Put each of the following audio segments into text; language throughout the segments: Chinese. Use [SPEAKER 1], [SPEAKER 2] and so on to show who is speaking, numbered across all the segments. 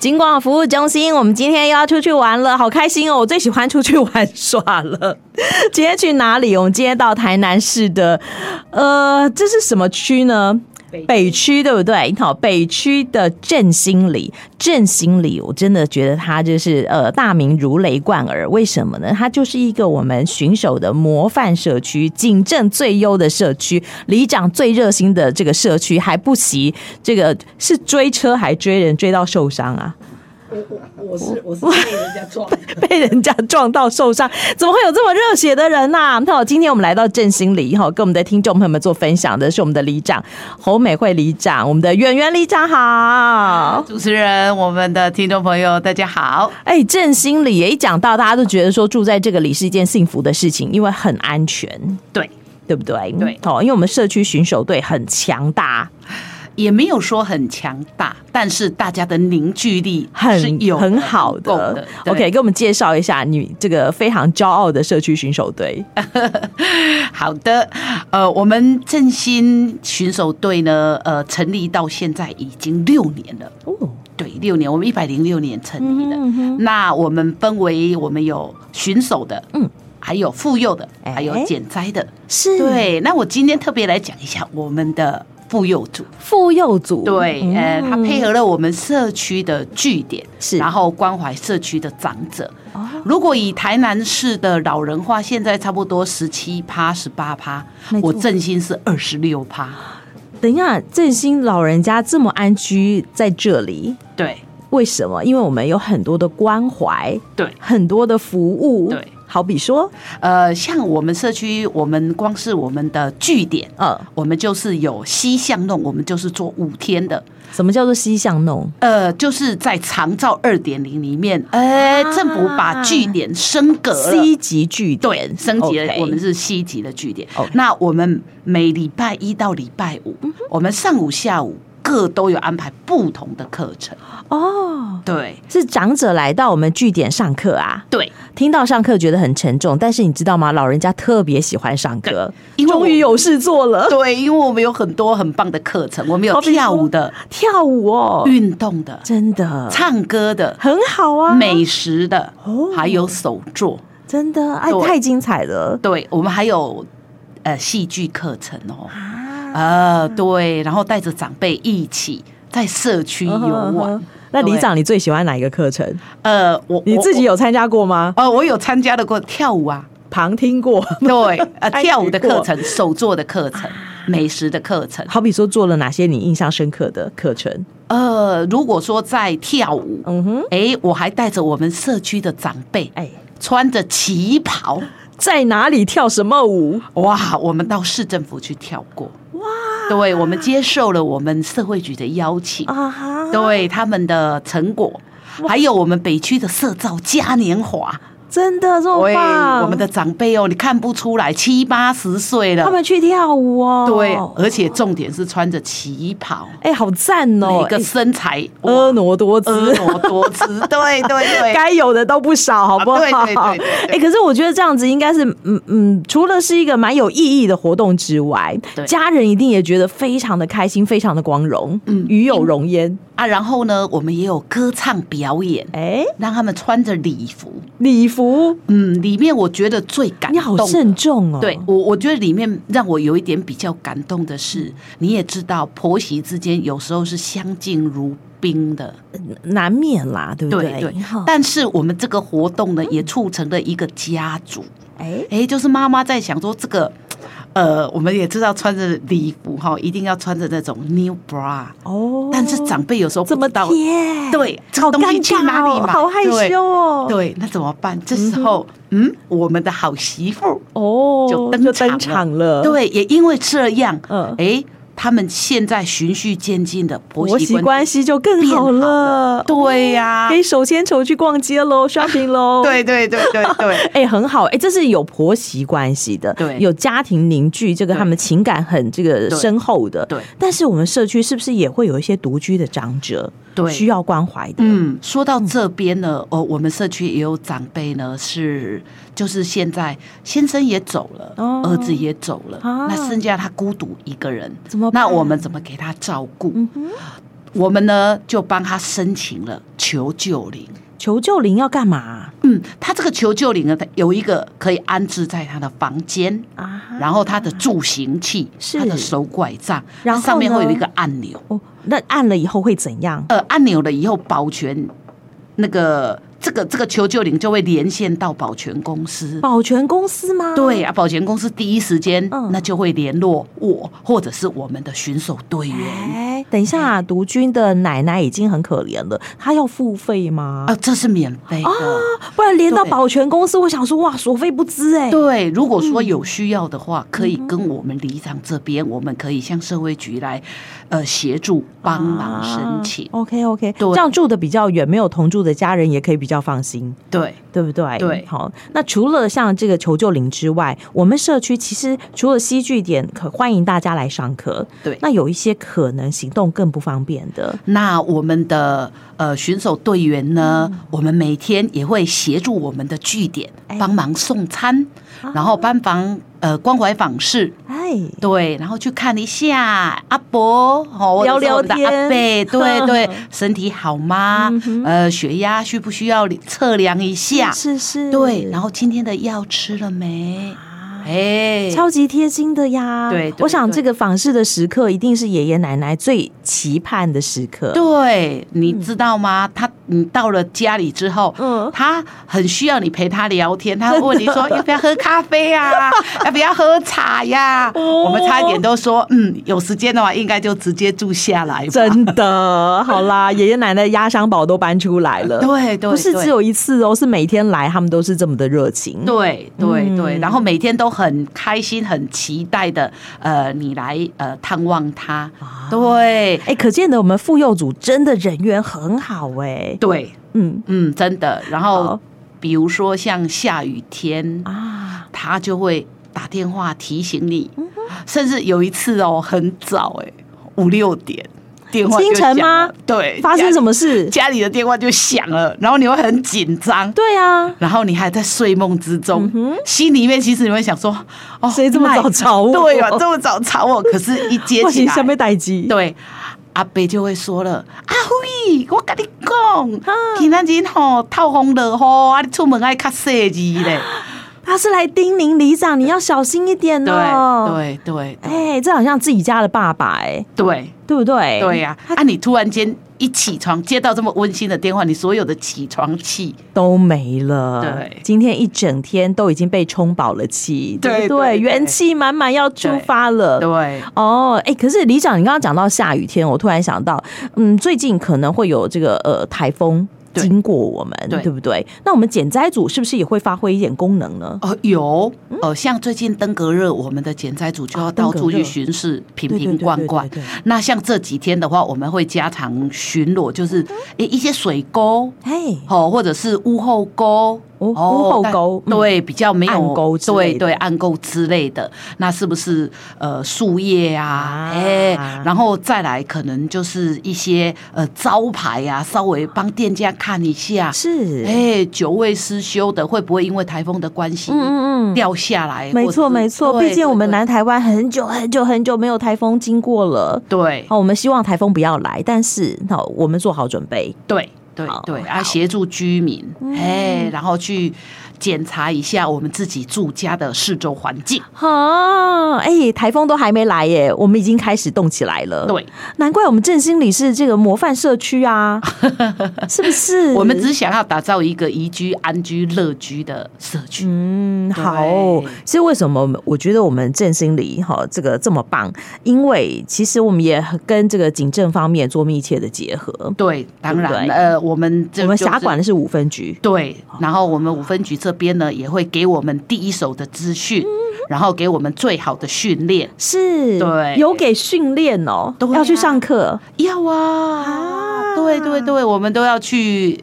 [SPEAKER 1] 景广服务中心，我们今天又要出去玩了，好开心哦！我最喜欢出去玩耍了。今天去哪里？我们今天到台南市的，呃，这是什么区呢？北区对不对？好，北区的振兴里，振兴里，我真的觉得它就是呃大名如雷贯耳。为什么呢？它就是一个我们巡守的模范社区，警政最优的社区，里长最热心的这个社区，还不惜这个是追车还追人追到受伤啊！
[SPEAKER 2] 我我我是我是被人家撞的，
[SPEAKER 1] 被人家撞到受伤，怎么会有这么热血的人呐、那好，今天我们来到振兴里哈，跟我们的听众朋友们做分享的是我们的里长侯美惠里长，我们的远远里长好。
[SPEAKER 3] 主持人，我们的听众朋友，大家好。
[SPEAKER 1] 哎，振兴里也一讲到，大家都觉得说住在这个里是一件幸福的事情，因为很安全，
[SPEAKER 3] 对，
[SPEAKER 1] 对不对？
[SPEAKER 3] 对
[SPEAKER 1] 哦，因为我们社区巡守队很强大，
[SPEAKER 3] 也没有说很强大，但是大家的凝聚力是
[SPEAKER 1] 很
[SPEAKER 3] 有
[SPEAKER 1] 很好
[SPEAKER 3] 够的
[SPEAKER 1] 的。。
[SPEAKER 3] 对
[SPEAKER 1] OK，给我们介绍一下你这个非常骄傲的社区巡守队。
[SPEAKER 3] 呃 好的，呃，我们振兴巡守队呢，呃，成立到现在已经六年了。
[SPEAKER 1] 哦，
[SPEAKER 3] 对，六年，我们一百零六年成立的。
[SPEAKER 1] 嗯哼
[SPEAKER 3] 那我们分为我们有巡守的，
[SPEAKER 1] 嗯，
[SPEAKER 3] 还有妇幼的，
[SPEAKER 1] 哎
[SPEAKER 3] 还有减灾的。
[SPEAKER 1] 是
[SPEAKER 3] 对，那我今天特别来讲一下我们的妇幼组。
[SPEAKER 1] 妇幼组，
[SPEAKER 3] 对，呃，
[SPEAKER 1] 嗯
[SPEAKER 3] 它配合了我们社区的据点，
[SPEAKER 1] 是哦
[SPEAKER 3] 然后关怀社区的长者。如果以台南市的老人化，现在差不多十七趴、十八趴
[SPEAKER 1] 没，错
[SPEAKER 3] 我振兴是二十六趴。
[SPEAKER 1] 等一下，振兴老人家这么安居在这里，
[SPEAKER 3] 对
[SPEAKER 1] 为什么？因为我们有很多的关怀，
[SPEAKER 3] 对，
[SPEAKER 1] 很多的服务，
[SPEAKER 3] 对，
[SPEAKER 1] 好比说，
[SPEAKER 3] 呃，像我们社区，我们光是我们的据点，
[SPEAKER 1] 呃，
[SPEAKER 3] 我们就是有西巷弄，我们就是做五天的，
[SPEAKER 1] 什么叫做西巷弄？
[SPEAKER 3] 呃，就是在长照二点零里面，哎、
[SPEAKER 1] 啊
[SPEAKER 3] 政府把据点升格了。
[SPEAKER 1] C 级据
[SPEAKER 3] 呃对
[SPEAKER 1] 点，，
[SPEAKER 3] 升级了
[SPEAKER 1] OK
[SPEAKER 3] 我们是 C 级的据点。
[SPEAKER 1] OK
[SPEAKER 3] 那我们每礼拜一到礼拜五，我们上午、下午各都有安排不同的课程。
[SPEAKER 1] 哦，
[SPEAKER 3] 对
[SPEAKER 1] 是长者来到我们据点上课啊。
[SPEAKER 3] 对，
[SPEAKER 1] 听到上课觉得很沉重，但是你知道吗？老人家特别喜欢上课，
[SPEAKER 3] 因为我
[SPEAKER 1] 终于有事做了，
[SPEAKER 3] 对，因为我们有很多很棒的课程，我们有
[SPEAKER 1] 好比说
[SPEAKER 3] 跳舞的、
[SPEAKER 1] 跳舞哦，
[SPEAKER 3] 运动的、
[SPEAKER 1] 真的
[SPEAKER 3] 唱歌的、
[SPEAKER 1] 很好啊，
[SPEAKER 3] 美食的
[SPEAKER 1] 哦，
[SPEAKER 3] 还有手作。
[SPEAKER 1] 真的哎，
[SPEAKER 3] 对
[SPEAKER 1] 太精彩了
[SPEAKER 3] 对，我们还有呃戏剧课程哦。
[SPEAKER 1] 啊！
[SPEAKER 3] 呃，对，然后带着长辈一起在社区游
[SPEAKER 1] 嗯哼
[SPEAKER 3] 玩
[SPEAKER 1] 哼。那
[SPEAKER 3] 对
[SPEAKER 1] 李长，你最喜欢哪一个课程？
[SPEAKER 3] 呃，我
[SPEAKER 1] 你
[SPEAKER 3] 我
[SPEAKER 1] 自己有参加过吗？
[SPEAKER 3] 呃，我有参加的过跳舞 啊，
[SPEAKER 1] 旁听过，
[SPEAKER 3] 对，呃，
[SPEAKER 1] 参与
[SPEAKER 3] 跳舞的
[SPEAKER 1] 过啊
[SPEAKER 3] 课程、手作的课程、美食的课程。
[SPEAKER 1] 好比说做了哪些你印象深刻的课程？
[SPEAKER 3] 呃，如果说在跳舞，
[SPEAKER 1] 嗯哼，
[SPEAKER 3] 诶，我还带着我们社区的长辈，
[SPEAKER 1] 哎，
[SPEAKER 3] 穿着旗袍，
[SPEAKER 1] 在哪里跳什么舞？
[SPEAKER 3] 哇，我们到市政府去跳过，哇，对，我们接受了我们社会局的邀请，
[SPEAKER 1] 啊哈，
[SPEAKER 3] 对他们的成果。还有我们北区的社造嘉年华，
[SPEAKER 1] 真的这么
[SPEAKER 3] 喂，
[SPEAKER 1] 棒！
[SPEAKER 3] 我们的长辈哦，你看不出来，七八十岁了，
[SPEAKER 1] 他们去跳舞哦，
[SPEAKER 3] 对，而且重点是穿着旗袍，
[SPEAKER 1] 哎，好赞哦，
[SPEAKER 3] 每个
[SPEAKER 1] 哎
[SPEAKER 3] 身材
[SPEAKER 1] 婀
[SPEAKER 3] 哇
[SPEAKER 1] 娜多姿
[SPEAKER 3] 婀。娜多 姿，对对对，
[SPEAKER 1] 该有的都不少，好不好？
[SPEAKER 3] 啊对对 对对对
[SPEAKER 1] 哎，可是我觉得这样子应该是，嗯嗯，除了是一个蛮有意义的活动之外，
[SPEAKER 3] 对
[SPEAKER 1] 家人一定也觉得非常的开心，非常的光荣，嗯，与有荣焉。
[SPEAKER 3] 啊，然后呢，我们也有歌唱表演，
[SPEAKER 1] 哎，
[SPEAKER 3] 让他们穿着礼服，
[SPEAKER 1] 礼服，
[SPEAKER 3] 嗯，里面我觉得最感
[SPEAKER 1] 你
[SPEAKER 3] 哎
[SPEAKER 1] 好
[SPEAKER 3] 动的。
[SPEAKER 1] 慎重哦。
[SPEAKER 3] 对我，我觉得里面让我有一点比较感动的是，
[SPEAKER 1] 嗯
[SPEAKER 3] 你也知道，婆媳之间有时候是相敬如宾的，
[SPEAKER 1] 难免啦，对不
[SPEAKER 3] 对对
[SPEAKER 1] 哈。嗯
[SPEAKER 3] 但是我们这个活动呢，也促成了一个家族，
[SPEAKER 1] 哎，
[SPEAKER 3] 哎，就是妈妈在想说这个，呃，我们也知道穿着礼服哈，一定要穿着那种 new bra，、
[SPEAKER 1] 哦，
[SPEAKER 3] 但是长辈有时候不
[SPEAKER 1] 这么
[SPEAKER 3] 知道，
[SPEAKER 1] 贴，
[SPEAKER 3] 对，这
[SPEAKER 1] 好
[SPEAKER 3] 个东
[SPEAKER 1] 尴
[SPEAKER 3] 西去哪
[SPEAKER 1] 尬
[SPEAKER 3] 里
[SPEAKER 1] 哦，
[SPEAKER 3] 买，
[SPEAKER 1] 好害
[SPEAKER 3] 对
[SPEAKER 1] 羞。哦。
[SPEAKER 3] 对，那怎么办？这时候，嗯我们的好媳妇，
[SPEAKER 1] 哦，
[SPEAKER 3] 就登
[SPEAKER 1] 就
[SPEAKER 3] 场
[SPEAKER 1] 登
[SPEAKER 3] 了
[SPEAKER 1] 场了。，
[SPEAKER 3] 对，也因为这样，
[SPEAKER 1] 呃嗯
[SPEAKER 3] 哎，他们现在循序渐进的
[SPEAKER 1] 婆
[SPEAKER 3] 婆
[SPEAKER 1] 媳
[SPEAKER 3] 媳
[SPEAKER 1] 关
[SPEAKER 3] 关系，
[SPEAKER 1] 系就更好
[SPEAKER 3] 变好
[SPEAKER 1] 了。
[SPEAKER 3] 对啊呀、
[SPEAKER 1] 可以手牵手去逛街 喽，shopping 喽。。，
[SPEAKER 3] 对对对对对
[SPEAKER 1] 哎、很好，哎、这是有婆媳关系的，
[SPEAKER 3] 对
[SPEAKER 1] 有家庭凝聚，这个
[SPEAKER 3] 对
[SPEAKER 1] 他们情感很这个
[SPEAKER 3] 对
[SPEAKER 1] 深厚的，
[SPEAKER 3] 对
[SPEAKER 1] 但是我们社区是不是也会有一些独居的长者，
[SPEAKER 3] 对
[SPEAKER 1] 需要关怀的？
[SPEAKER 3] 嗯，说到这边呢，哦，我们社区也有长辈呢，是就是现在先生也走了，
[SPEAKER 1] 哦
[SPEAKER 3] 儿子也走了，
[SPEAKER 1] 啊
[SPEAKER 3] 那剩下他孤独一个人，
[SPEAKER 1] 怎么办
[SPEAKER 3] 那我们怎么给他照顾？
[SPEAKER 1] 嗯哼，
[SPEAKER 3] 我们呢就帮他申请了求救令。
[SPEAKER 1] 求救铃要干嘛
[SPEAKER 3] 嗯，他这个求救铃呢，它有一个可以安置在他的房间，
[SPEAKER 1] 啊？
[SPEAKER 3] 然后他的助行器，
[SPEAKER 1] 是
[SPEAKER 3] 他的手拐杖，
[SPEAKER 1] 然后呢
[SPEAKER 3] 上面会有一个按钮，
[SPEAKER 1] 哦，那按了以后会怎样？
[SPEAKER 3] 呃，按钮了以后保全那个这个这个求救铃就会连线到保全公司。
[SPEAKER 1] 保全公司吗？
[SPEAKER 3] 对啊，保全公司第一时间、
[SPEAKER 1] 嗯
[SPEAKER 3] 那就会联络我，或者是我们的巡守队员。
[SPEAKER 1] 哎，等一下、啊，独军的奶奶已经很可怜了，她要付费吗？
[SPEAKER 3] 啊，这是免费的。
[SPEAKER 1] 不然连到
[SPEAKER 3] 对
[SPEAKER 1] 保全公司，我想说哇，所费不赀哎、
[SPEAKER 3] 对，如果说有需要的话，可以跟我们里长这边，我们可以向社会局来，呃，协助帮忙
[SPEAKER 1] 啊
[SPEAKER 3] 申请。
[SPEAKER 1] OK OK，
[SPEAKER 3] 对
[SPEAKER 1] 这样住的比较远，没有同住的家人也可以比较放心，
[SPEAKER 3] 对，
[SPEAKER 1] 对不对？
[SPEAKER 3] 对
[SPEAKER 1] 好，那除了像这个求救铃之外，我们社区其实除了西据点，可欢迎大家来上课。
[SPEAKER 3] 对
[SPEAKER 1] 那有一些可能行动更不方便的，
[SPEAKER 3] 那我们的呃巡守队员呢，我们每天也会协助我们的据点
[SPEAKER 1] 嗯哎啊
[SPEAKER 3] 帮忙送餐，然后帮忙呃关怀访视，
[SPEAKER 1] 哎，
[SPEAKER 3] 对，然后去看一下阿伯，哦，
[SPEAKER 1] 聊聊
[SPEAKER 3] 或者是我们的阿
[SPEAKER 1] 天
[SPEAKER 3] 伯，对对，身体好吗
[SPEAKER 1] 嗯？哼
[SPEAKER 3] 呃，血压需不需要测量一下？
[SPEAKER 1] 是是，
[SPEAKER 3] 对，然后今天的药吃了没？
[SPEAKER 1] 啊
[SPEAKER 3] 哎，
[SPEAKER 1] 超级贴心的呀！
[SPEAKER 3] 对对
[SPEAKER 1] 我想
[SPEAKER 3] 对
[SPEAKER 1] 这个访视的时刻一定是爷爷奶奶最期盼的时刻。
[SPEAKER 3] 对，你知道吗？他你到了家里之后，
[SPEAKER 1] 嗯
[SPEAKER 3] 他很需要你陪他聊天，他会问你 说要不要喝咖啡啊，要不要喝茶呀？
[SPEAKER 1] 哦
[SPEAKER 3] 我们差一点都说，嗯，有时间的话应该就直接住下来吧。
[SPEAKER 1] 真的，好啦，爷爷奶奶的压箱宝都搬出来了。
[SPEAKER 3] 对对，
[SPEAKER 1] 不是
[SPEAKER 3] 对
[SPEAKER 1] 只有一次哦，是每天来，他们都是这么的热情。
[SPEAKER 3] 对对对，
[SPEAKER 1] 嗯
[SPEAKER 3] 然后每天都很开心、很期待的，呃，你来呃探望他，对
[SPEAKER 1] 哎、可见的我们妇幼组真的人缘很好哎、
[SPEAKER 3] 对，
[SPEAKER 1] 嗯
[SPEAKER 3] 嗯，真的。然
[SPEAKER 1] 好
[SPEAKER 3] 后比如说像下雨天，
[SPEAKER 1] 啊，
[SPEAKER 3] 他就会打电话提醒你，
[SPEAKER 1] 嗯
[SPEAKER 3] 甚至有一次哦，很早哎、五六点电话就
[SPEAKER 1] 清晨
[SPEAKER 3] 响
[SPEAKER 1] 吗
[SPEAKER 3] 了？对，
[SPEAKER 1] 发生什
[SPEAKER 3] 么
[SPEAKER 1] 么事？
[SPEAKER 3] 家里的电话就响了，然后你会很紧张。
[SPEAKER 1] 对啊，
[SPEAKER 3] 然后你还在睡梦之中，心里面其实你会想说：“哦，
[SPEAKER 1] 嗯谁这么
[SPEAKER 3] 赖
[SPEAKER 1] 早吵我
[SPEAKER 3] 对啊，这么早吵我。”可是，一接
[SPEAKER 1] 我
[SPEAKER 3] 起
[SPEAKER 1] 行，
[SPEAKER 3] 来
[SPEAKER 1] 下，面待机。
[SPEAKER 3] 对，阿伯就会说了：“阿辉，我跟你
[SPEAKER 1] 啊
[SPEAKER 3] 讲，今仔日吼透风落雨，啊，你出门爱较细致咧。
[SPEAKER 1] 他是来叮咛里长，你要小心一点
[SPEAKER 3] 对
[SPEAKER 1] 哦。
[SPEAKER 3] 对对对
[SPEAKER 1] 哎、这好像自己家的爸爸哎、
[SPEAKER 3] 对
[SPEAKER 1] 对不对？
[SPEAKER 3] 对呀！啊，你突然间一起床接到这么温馨的电话，你所有的起床气，
[SPEAKER 1] 都没了。
[SPEAKER 3] 对
[SPEAKER 1] 今天一整天都已经被充饱了气，不
[SPEAKER 3] 对对对
[SPEAKER 1] 元气满满要出发了。
[SPEAKER 3] 对
[SPEAKER 1] 哦，哎、可是李长，你刚刚讲到下雨天，我突然想到，嗯，最近可能会有这个呃台风
[SPEAKER 3] 对
[SPEAKER 1] 经过我们，
[SPEAKER 3] 对
[SPEAKER 1] 不对？那我们减灾组是不是也会发挥一点功能呢？
[SPEAKER 3] 哦，有哦，像最近登革热，我们的减灾组就要到处去巡视，瓶
[SPEAKER 1] 对对
[SPEAKER 3] 瓶
[SPEAKER 1] 对
[SPEAKER 3] 罐
[SPEAKER 1] 对
[SPEAKER 3] 罐
[SPEAKER 1] 对对。
[SPEAKER 3] 那像这几天的话，我们会加强巡逻，就是诶一些水沟。
[SPEAKER 1] 嘿，
[SPEAKER 3] 哦，或者是屋后沟，哦
[SPEAKER 1] 屋屋后沟嗯
[SPEAKER 3] 但对，比较没有
[SPEAKER 1] 暗沟之类
[SPEAKER 3] 对
[SPEAKER 1] 的
[SPEAKER 3] 对，暗沟之类的，那是不是呃树叶啊
[SPEAKER 1] 啊，
[SPEAKER 3] 哎、然后再来可能就是一些呃招牌啊，稍微帮店家看一下，
[SPEAKER 1] 是，
[SPEAKER 3] 哎，久未失修的会不会因为台风的关系，
[SPEAKER 1] 嗯嗯嗯。
[SPEAKER 3] 掉下来？
[SPEAKER 1] 没错，
[SPEAKER 3] 或者是
[SPEAKER 1] 没错，
[SPEAKER 3] 对
[SPEAKER 1] 毕竟我们
[SPEAKER 3] 对
[SPEAKER 1] 南台湾很久很久很久没有台风经过了。
[SPEAKER 3] 对
[SPEAKER 1] 好，我们希望台风不要来，但是那我们做好准备。
[SPEAKER 3] 对对
[SPEAKER 1] 好
[SPEAKER 3] 对
[SPEAKER 1] 好嗯
[SPEAKER 3] 啊，协助居民，哎，然后去检查一下我们自己住家的四周环境。
[SPEAKER 1] 哈，哎，台风都还没来耶，我们已经开始动起来了。，
[SPEAKER 3] 对，
[SPEAKER 1] 难怪我们振兴里是这个模范社区 啊，是不是？
[SPEAKER 3] 我们只想要打造一个宜居、安居、乐居的社区。
[SPEAKER 1] 嗯，
[SPEAKER 3] 对
[SPEAKER 1] 好。所以为什么我们我觉得我们振兴里哈这个这么棒？因为其实我们也很跟这个警政方面做密切的结合。
[SPEAKER 3] 对，当然，
[SPEAKER 1] 对不对
[SPEAKER 3] 呃，我们这
[SPEAKER 1] 我们
[SPEAKER 3] 就是
[SPEAKER 1] 辖管的是五分局，
[SPEAKER 3] 对，然后我们五分局这边呢，也会给我们第一手的资
[SPEAKER 1] 嗯
[SPEAKER 3] 讯，然后给我们最好的训练。
[SPEAKER 1] 是，
[SPEAKER 3] 对
[SPEAKER 1] 有给训练哦，
[SPEAKER 3] 对啊
[SPEAKER 1] 要去上课
[SPEAKER 3] 要啊，
[SPEAKER 1] 啊
[SPEAKER 3] 对对对，我们都要去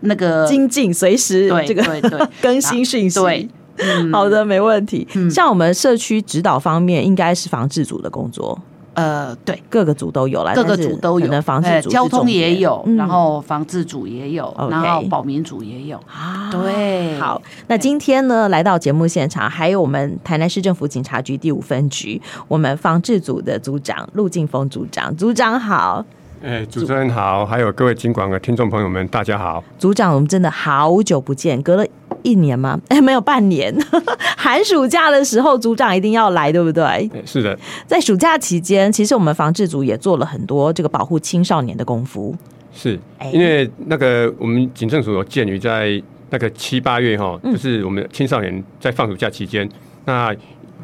[SPEAKER 3] 那个
[SPEAKER 1] 精进，随时
[SPEAKER 3] 对
[SPEAKER 1] 这个
[SPEAKER 3] 对对
[SPEAKER 1] 更新讯息。
[SPEAKER 3] 对，嗯，
[SPEAKER 1] 好的，没问题。
[SPEAKER 3] 嗯
[SPEAKER 1] 像我们社区指导方面，应该是防治组的工作，
[SPEAKER 3] 呃，对，
[SPEAKER 1] 各个组都有啦，
[SPEAKER 3] 各个
[SPEAKER 1] 啊但是
[SPEAKER 3] 组都有，
[SPEAKER 1] 可能防治
[SPEAKER 3] 呃
[SPEAKER 1] 组是
[SPEAKER 3] 交通也有
[SPEAKER 1] 重点，
[SPEAKER 3] 然后防治组也有，
[SPEAKER 1] OK
[SPEAKER 3] 然后保民组也有。
[SPEAKER 1] 啊
[SPEAKER 3] 对
[SPEAKER 1] 好，那今天呢，来到节目现场，还有我们台南市政府警察局第五分局，我们防治组的组长陆进峰组长，组长好，
[SPEAKER 4] 哎，主持人好，还有各位金广的听众朋友们，大家好。
[SPEAKER 1] 组长，我们真的好久不见，隔了一年吗？ 哎，没有半年。寒暑假的时候，组长一定要来，对不对？
[SPEAKER 4] 哎是的，
[SPEAKER 1] 在暑假期间，其实我们防治组也做了很多这个保护青少年的功夫。
[SPEAKER 4] 是
[SPEAKER 1] 哎
[SPEAKER 4] 因为那个我们警政署有鉴于在那个七八月哈，
[SPEAKER 1] 嗯
[SPEAKER 4] 就是我们青少年在放暑假期间，那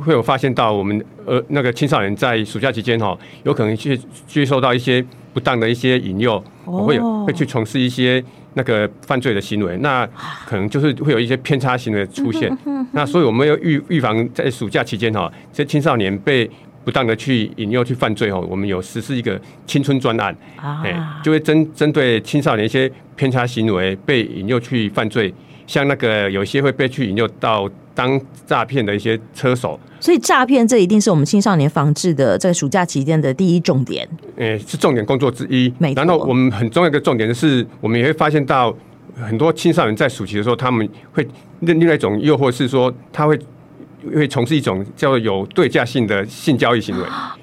[SPEAKER 4] 会有发现到我们呃那个青少年在暑假期间哈，有可能去接受到一些不当的一些引诱，
[SPEAKER 1] 哦
[SPEAKER 4] 会有会去从事一些那个犯罪的行为，那可能就是会有一些偏差行为出
[SPEAKER 1] 嗯
[SPEAKER 4] 现。那所以我们要预预防在暑假期间哈，这青少年被。不当的去引诱去犯罪哦，我们有实施一个青春专案，
[SPEAKER 1] 啊
[SPEAKER 4] 哎、就会针针对青少年一些偏差行为被引诱去犯罪，像那个有一些会被去引诱到当诈骗的一些车手，
[SPEAKER 1] 所以诈骗这一定是我们青少年防治的在暑假期间的第一重点。
[SPEAKER 4] 诶、是重点工作之一
[SPEAKER 1] 没。错
[SPEAKER 4] 然后我们很重要的一个重点是，我们也会发现到很多青少年在暑期的时候，他们会另另外一种诱惑是说，他会会从事一种叫做有对价性的性交易行为。
[SPEAKER 1] 啊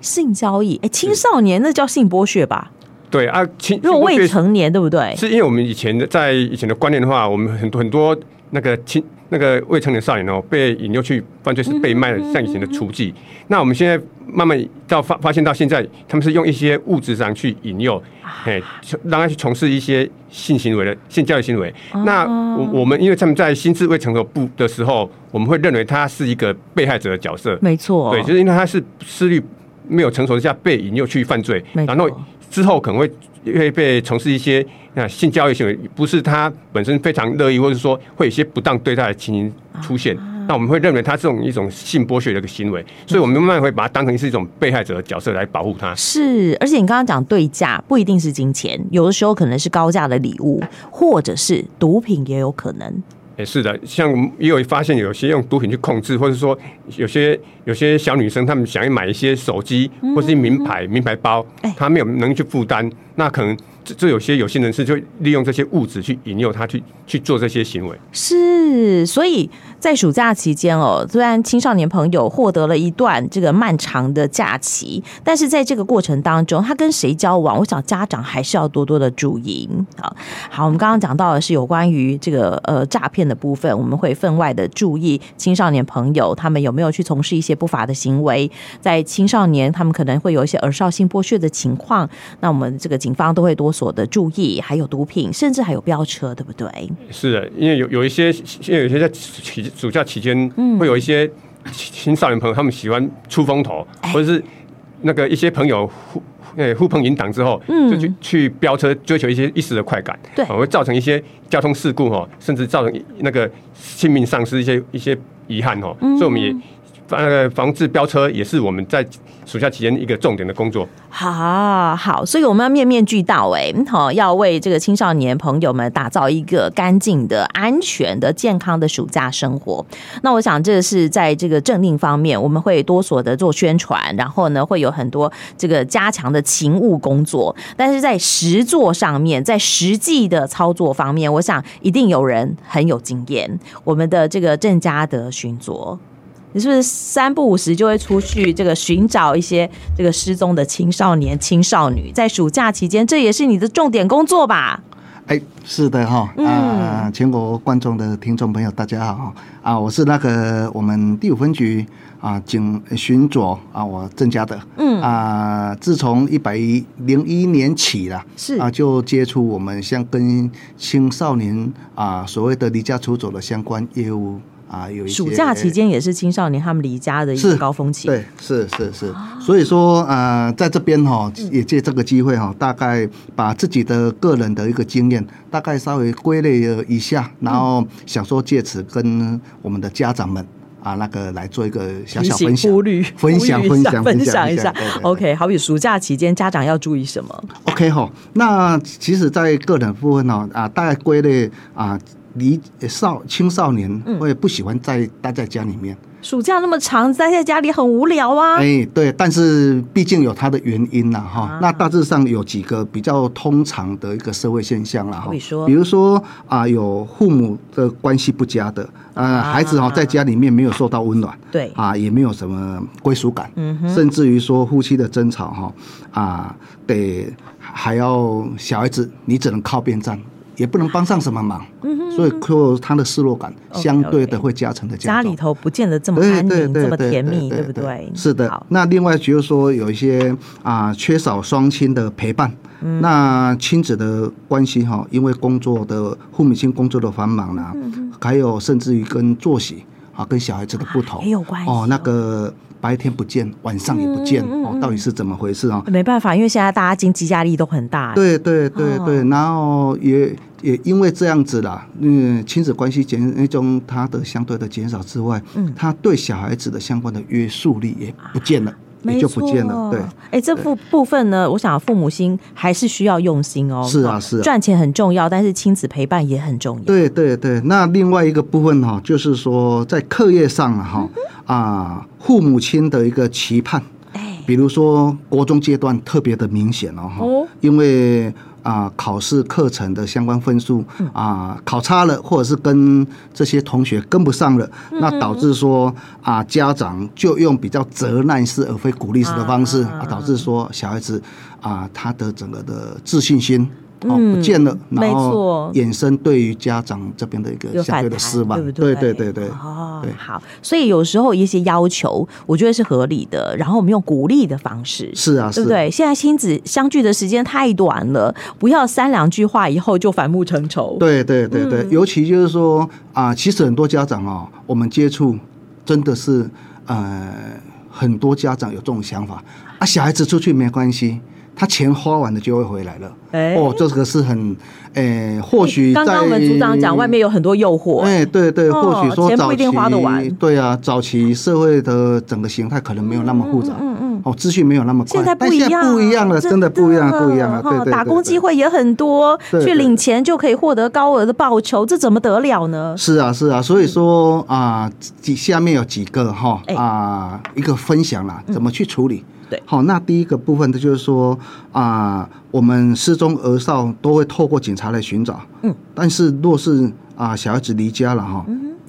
[SPEAKER 1] 性交易，哎，青少年那叫性剥削吧？
[SPEAKER 4] 对啊，青
[SPEAKER 1] 如果
[SPEAKER 4] 性
[SPEAKER 1] 未
[SPEAKER 4] 剥削
[SPEAKER 1] 成年，对不对？
[SPEAKER 4] 是因为我们以前的在以前的观念的话，我们很多很多那个青那个未成年少年哦，被引诱去犯罪是被卖的，像以前的雏
[SPEAKER 1] 嗯
[SPEAKER 4] 妓。那我们现在慢慢到发发现到现在，他们是用一些物质上去引诱，
[SPEAKER 1] 啊
[SPEAKER 4] 哎，就让他去从事一些性行为的性教育行为。
[SPEAKER 1] 嗯
[SPEAKER 4] 那我我们因为他们在心智未成熟不的时候，我们会认为他是一个被害者的角色，
[SPEAKER 1] 没错，啊
[SPEAKER 4] 对，就是因为他是思虑没有成熟之下被引诱去犯罪
[SPEAKER 1] 没，错
[SPEAKER 4] 然后之后可能会会被从事一些啊性教育行为，不是他本身非常乐意，或者说会有一些不当对待的情形出现。
[SPEAKER 1] 啊
[SPEAKER 4] 那我们会认为他这种一种性剥削的一个行为，所以我们慢慢会把它当成是一种被害者的角色来保护他。
[SPEAKER 1] 是，而且你刚刚讲对价不一定是金钱，有的时候可能是高价的礼物，或者是毒品也有可能。
[SPEAKER 4] 也是的，像我们也有发现，有些用毒品去控制，或者说有些有些小女生，她们想要买一些手机或是名牌、名牌包
[SPEAKER 1] 哎，
[SPEAKER 4] 她没有能力去负担，那可能这这有些有些人士就利用这些物质去引诱她去去做这些行为。
[SPEAKER 1] 是，所以在暑假期间哦，虽然青少年朋友获得了一段这个漫长的假期，但是在这个过程当中，他跟谁交往，我想家长还是要多多的注意啊。好，我们刚刚讲到的是有关于这个呃诈骗的部分，我们会分外的注意青少年朋友他们有没有去从事一些不法的行为，在青少年他们可能会有一些儿少性剥削的情况，那我们这个警方都会多所的注意，还有毒品，甚至还有飙车，对不对？
[SPEAKER 4] 是的，因为有有一些现在有一些在期暑假期间，会有一些青少年朋友，他们喜欢出风头，或者是那个一些朋友互呃互碰引党之后，就去去飙车追求一些一时的快感，
[SPEAKER 1] 对
[SPEAKER 4] 哦会造成一些交通事故哦，甚至造成那个性命丧失一些一些遗憾哦，所以我们也。那个防治飙车也是我们在暑假期间一个重点的工作。
[SPEAKER 1] 啊，好，所以我们要面面俱到、欸，哎，好，要为这个青少年朋友们打造一个干净的、安全的、健康的暑假生活。那我想，这是在这个政令方面，我们会多所的做宣传，然后呢，会有很多这个加强的勤务工作。但是在实作上面，在实际的操作方面，我想一定有人很有经验。我们的这个郑家德巡佐，你是不是三不五时就会出去这个寻找一些这个失踪的青少年、青少女？在暑假期间，这也是你的重点工作吧？
[SPEAKER 5] 哎，是的哈、
[SPEAKER 1] 嗯
[SPEAKER 5] 啊、全国观众的听众朋友，大家好啊，我是那个我们第五分局啊警巡佐啊，我郑家的，嗯啊，自从一百零一年起啦，
[SPEAKER 1] 是
[SPEAKER 5] 啊，就接触我们像跟青少年啊所谓的离家出走的相关业务啊，有一些
[SPEAKER 1] 暑假期。间也是青少年他们离家的一
[SPEAKER 5] 是
[SPEAKER 1] 个高峰期。啊
[SPEAKER 5] 对，是是是，所以说呃，在这边哈、也借这个机会哈、大概把自己的个人的一个经验，大概稍微归类了一下，然
[SPEAKER 1] 嗯
[SPEAKER 5] 后想说借此跟我们的家长们啊，那个来做一个小
[SPEAKER 1] 提
[SPEAKER 5] 小
[SPEAKER 1] 醒
[SPEAKER 5] 分享，
[SPEAKER 1] 忽略
[SPEAKER 5] 分享
[SPEAKER 1] 忽略
[SPEAKER 5] 分
[SPEAKER 1] 一下
[SPEAKER 5] 享
[SPEAKER 1] 分享一下
[SPEAKER 5] 对对对
[SPEAKER 1] OK，好比暑假期间家长要注意什么？
[SPEAKER 5] OK 哈，那其实，在个人部分呢，啊，大概
[SPEAKER 1] 嗯
[SPEAKER 5] 归类啊，离少青少年会不喜欢在待在家里面。
[SPEAKER 1] 暑假那么长，待在家里很无聊啊。
[SPEAKER 5] 哎，对，但是毕竟有它的原因啦，哈、
[SPEAKER 1] 啊
[SPEAKER 5] 那大致上有几个比较通常的一个社会现象啦，哈。
[SPEAKER 1] 比如说
[SPEAKER 5] 比如说啊、有父母的关系不佳的，啊、
[SPEAKER 1] 啊
[SPEAKER 5] 孩子哈、在家里面没有受到温暖，
[SPEAKER 1] 对
[SPEAKER 5] 啊，也没有什么归属感，
[SPEAKER 1] 嗯哼
[SPEAKER 5] 甚至于说夫妻的争吵哈，啊，得还要小孩子你只能靠边站。也不能帮上什么忙，所以就他的失落感
[SPEAKER 1] 嗯 OK，OK
[SPEAKER 5] 相对的会加成的加
[SPEAKER 1] 家
[SPEAKER 5] 重。
[SPEAKER 1] 里头不见得这么
[SPEAKER 5] 对
[SPEAKER 1] 安
[SPEAKER 5] 对
[SPEAKER 1] 宁，
[SPEAKER 5] 对
[SPEAKER 1] 这么
[SPEAKER 5] 对
[SPEAKER 1] 甜蜜，
[SPEAKER 5] 对
[SPEAKER 1] 对不对？
[SPEAKER 5] 是的
[SPEAKER 1] 好。，
[SPEAKER 5] 那另外就是说有一些啊、缺少双亲的陪伴，
[SPEAKER 1] 嗯
[SPEAKER 5] 那亲子的关系哈、因为工作的父母亲工作的繁忙啦、
[SPEAKER 1] 嗯
[SPEAKER 5] 还有甚至于跟作息啊跟小孩子的不同、
[SPEAKER 1] 啊也有关系哦
[SPEAKER 5] 哦。那个白天不见，晚上也不见、
[SPEAKER 1] 嗯嗯嗯
[SPEAKER 5] 哦，到底是怎么回事啊、
[SPEAKER 1] 没办法，因为现在大家经济压力都很大。，
[SPEAKER 5] 对对对
[SPEAKER 1] 哦
[SPEAKER 5] 对，然后也也因为这样子啦，嗯，亲子关系减那种它的相对的减少之外，
[SPEAKER 1] 嗯
[SPEAKER 5] 它对小孩子的相关的约束力也不见了，也
[SPEAKER 1] 啊没
[SPEAKER 5] 就
[SPEAKER 1] 错。
[SPEAKER 5] 不见了，对。
[SPEAKER 1] 哎，这部部分呢，我想父母心还是需要用心哦。
[SPEAKER 5] 是啊
[SPEAKER 1] 哦
[SPEAKER 5] 是啊
[SPEAKER 1] 赚钱很重要，但是亲子陪伴也很重要。
[SPEAKER 5] 对对对，那另外一个部分哈、就是说在课业上啊
[SPEAKER 1] 嗯
[SPEAKER 5] 哈啊，父母亲的一个期盼，
[SPEAKER 1] 哎，
[SPEAKER 5] 比如说国中阶段特别的明显哦哈，
[SPEAKER 1] 哦
[SPEAKER 5] 因为啊考试课程的相关分数
[SPEAKER 1] 嗯
[SPEAKER 5] 啊考差了，或者是跟这些同学跟不上了，
[SPEAKER 1] 嗯
[SPEAKER 5] 那导致说啊家长就用比较责难式而非鼓励式的方式
[SPEAKER 1] 啊
[SPEAKER 5] 啊，导致说小孩子啊他的整个的自信心。哦，
[SPEAKER 1] 嗯
[SPEAKER 5] 不见了，
[SPEAKER 1] 没
[SPEAKER 5] 然后
[SPEAKER 1] 错
[SPEAKER 5] 衍生对于家长这边的一
[SPEAKER 1] 有
[SPEAKER 5] 个相
[SPEAKER 1] 反弹
[SPEAKER 5] 对的失望，
[SPEAKER 1] 对不
[SPEAKER 5] 对
[SPEAKER 1] 对
[SPEAKER 5] 对对对，
[SPEAKER 1] 哦
[SPEAKER 5] 对，
[SPEAKER 1] 好，所以有时候一些要求，我觉得是合理的，然后我们用鼓励的方式。
[SPEAKER 5] 是啊，
[SPEAKER 1] 对
[SPEAKER 5] 是
[SPEAKER 1] 不
[SPEAKER 5] 啊
[SPEAKER 1] 对？现在亲子相聚的时间太短了，不要三两句话以后就反目成仇。，
[SPEAKER 5] 对对对
[SPEAKER 1] 嗯
[SPEAKER 5] 对，尤其就是说啊、其实很多家长哦，我们接触真的是呃，很多家长有这种想法啊，小孩子出去没关系，他钱花完了就会回来了。
[SPEAKER 1] 哎
[SPEAKER 5] 哦，这个是很，诶、或许
[SPEAKER 1] 刚刚我们
[SPEAKER 5] 在
[SPEAKER 1] 组长讲，外面有很多诱惑。
[SPEAKER 5] 哎，对对，
[SPEAKER 1] 哦
[SPEAKER 5] 或许说
[SPEAKER 1] 钱
[SPEAKER 5] 早
[SPEAKER 1] 不一
[SPEAKER 5] 期
[SPEAKER 1] 定花得完
[SPEAKER 5] 对啊，早期社会的整个形态可能没有那么复杂，
[SPEAKER 1] 嗯嗯
[SPEAKER 5] 哦，资讯没有那么快，
[SPEAKER 1] 现在不
[SPEAKER 5] 但
[SPEAKER 1] 一
[SPEAKER 5] 现在
[SPEAKER 1] 样，
[SPEAKER 5] 不一样了，真的不一样，不一样了，
[SPEAKER 1] 哈
[SPEAKER 5] 对对对，
[SPEAKER 1] 哦打工
[SPEAKER 5] 对
[SPEAKER 1] 机会也很多，
[SPEAKER 5] 对对
[SPEAKER 1] 去领钱就可以获得高额的报酬，这怎么得了呢？
[SPEAKER 5] 是啊，是啊，所以说啊，几、下面有几个哈
[SPEAKER 1] 嗯哎嗯
[SPEAKER 5] 啊、一个分享啦，怎么去处理？
[SPEAKER 1] 对
[SPEAKER 5] 好，那第一个部分的就是说啊、我们失踪儿少都会透过警察来寻找，
[SPEAKER 1] 嗯，
[SPEAKER 5] 但是若是啊、小孩子离家了哈，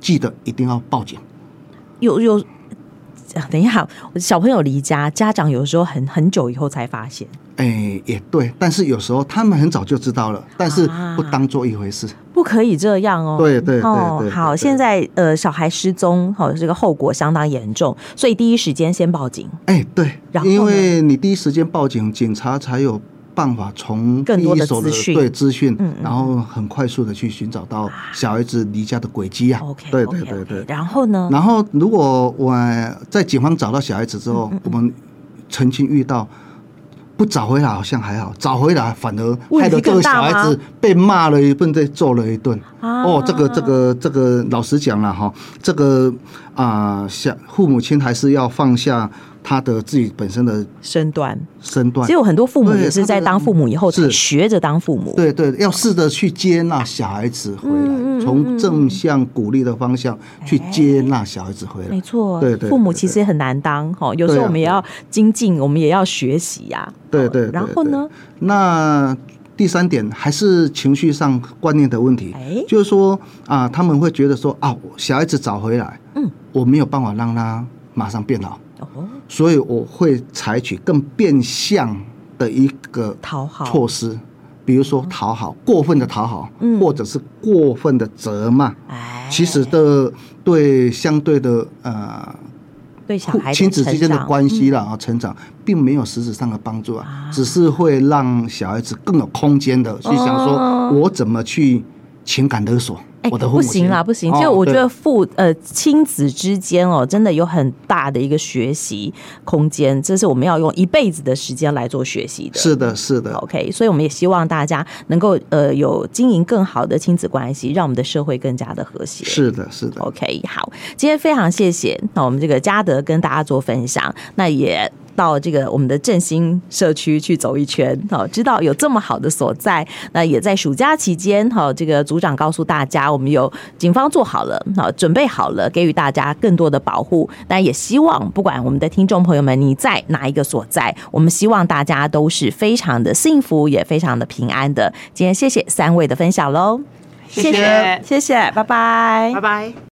[SPEAKER 5] 记得一定要报警。
[SPEAKER 1] 有有，啊等一下，小朋友离家，家长有时候很很久以后才发现，
[SPEAKER 5] 哎，也对，但是有时候他们很早就知道了，但是
[SPEAKER 1] 啊
[SPEAKER 5] 不当做一回事。
[SPEAKER 1] 不可以这样哦。
[SPEAKER 5] 对对对
[SPEAKER 1] 哦
[SPEAKER 5] 对，
[SPEAKER 1] 好，
[SPEAKER 5] 对
[SPEAKER 1] 现在呃，小孩失踪，哦，这个后果相当严重，所以第一时间先报警。
[SPEAKER 5] 哎，对
[SPEAKER 1] 然，后呢
[SPEAKER 5] 因为你第一时间报警，警察才有办法从
[SPEAKER 1] 更
[SPEAKER 5] 第
[SPEAKER 1] 多的
[SPEAKER 5] 一手的
[SPEAKER 1] 资讯
[SPEAKER 5] 对资讯
[SPEAKER 1] 嗯嗯，啊
[SPEAKER 5] 然后很快速的去寻找到小孩子离家的轨迹啊。
[SPEAKER 1] OK，
[SPEAKER 5] 对对对对。
[SPEAKER 1] 然后呢？
[SPEAKER 5] 然后，如果我在警方找到小孩子
[SPEAKER 1] 嗯
[SPEAKER 5] 之后，我们曾经遇到不找回来好像还好，找回来反而
[SPEAKER 1] 问
[SPEAKER 5] 害
[SPEAKER 1] 题
[SPEAKER 5] 得这
[SPEAKER 1] 更
[SPEAKER 5] 个
[SPEAKER 1] 大
[SPEAKER 5] 小孩
[SPEAKER 1] 吗
[SPEAKER 5] 子被骂了一顿，再揍了一顿。
[SPEAKER 1] 啊
[SPEAKER 5] 哦，这个这个这个，老实讲了哈，这个啊，小、父母亲还是要放下他的自己本身的
[SPEAKER 1] 身段，
[SPEAKER 5] 身段
[SPEAKER 1] 其实，有很多父母
[SPEAKER 5] 对
[SPEAKER 1] 也是在当父母以后
[SPEAKER 5] 他的
[SPEAKER 1] 才
[SPEAKER 5] 是
[SPEAKER 1] 学着当父母。
[SPEAKER 5] 对对，要试着去接纳小孩子回
[SPEAKER 1] 嗯嗯嗯哎
[SPEAKER 5] 来，从正向鼓励的方向去接纳小孩子回来
[SPEAKER 1] 没。错，
[SPEAKER 5] 对对
[SPEAKER 1] 父母
[SPEAKER 5] 对
[SPEAKER 1] 其实也很难当哈，有时
[SPEAKER 5] 对
[SPEAKER 1] 候
[SPEAKER 5] 啊
[SPEAKER 1] 我们也要精进，我们也要学习呀。哦
[SPEAKER 5] 对对，对
[SPEAKER 1] 然后呢？
[SPEAKER 5] 对那第三点还是情绪上观念的问题，
[SPEAKER 1] 哎
[SPEAKER 5] 就是说啊，他们会觉得说啊，我小孩子找回来，
[SPEAKER 1] 嗯，
[SPEAKER 5] 我没有办法让他马上变好，
[SPEAKER 1] 哦，
[SPEAKER 5] 所以我会采取更变相的一个
[SPEAKER 1] 讨好
[SPEAKER 5] 措施，比如说讨好，过分的讨好，
[SPEAKER 1] 嗯
[SPEAKER 5] 或者是过分的责骂。
[SPEAKER 1] 哎，
[SPEAKER 5] 其实的对相对的呃
[SPEAKER 1] 对小孩
[SPEAKER 5] 亲子之间的
[SPEAKER 1] 成长嗯
[SPEAKER 5] 关系啦啊成长，并没有实质上的帮助啊
[SPEAKER 1] 啊，
[SPEAKER 5] 只是会让小孩子更有空间的去想
[SPEAKER 1] 哦
[SPEAKER 5] 说，我怎么去情感勒索
[SPEAKER 1] 哎，
[SPEAKER 5] 我的父
[SPEAKER 1] 不
[SPEAKER 5] 母
[SPEAKER 1] 行
[SPEAKER 5] 亲
[SPEAKER 1] 啦，不行！
[SPEAKER 5] 哦
[SPEAKER 1] 就我觉
[SPEAKER 5] 对
[SPEAKER 1] 得父呃亲子之间哦，真的有很大的一个学习空间，这是我们要用一辈子的时间来做学习的。
[SPEAKER 5] 是的，是的，
[SPEAKER 1] OK，所以我们也希望大家能够呃有经营更好的亲子关系，让我们的社会更加的和谐。
[SPEAKER 5] 是的，是的。
[SPEAKER 1] OK，好，今天非常谢谢那我们这个嘉德跟大家做分享，那也。到这个我们的振兴社区去走一圈，好，知道有这么好的所在。那也在暑假期间，哈，这个组长告诉大家，我们有警方做好了，好准备好了，给予大家更多的保护。那也希望，不管我们的听众朋友们你在哪一个所在，我们希望大家都是非常的幸福，也非常的平安的。今天谢谢三位的分享喽，
[SPEAKER 3] 谢谢
[SPEAKER 1] 谢谢，拜拜
[SPEAKER 3] 拜拜。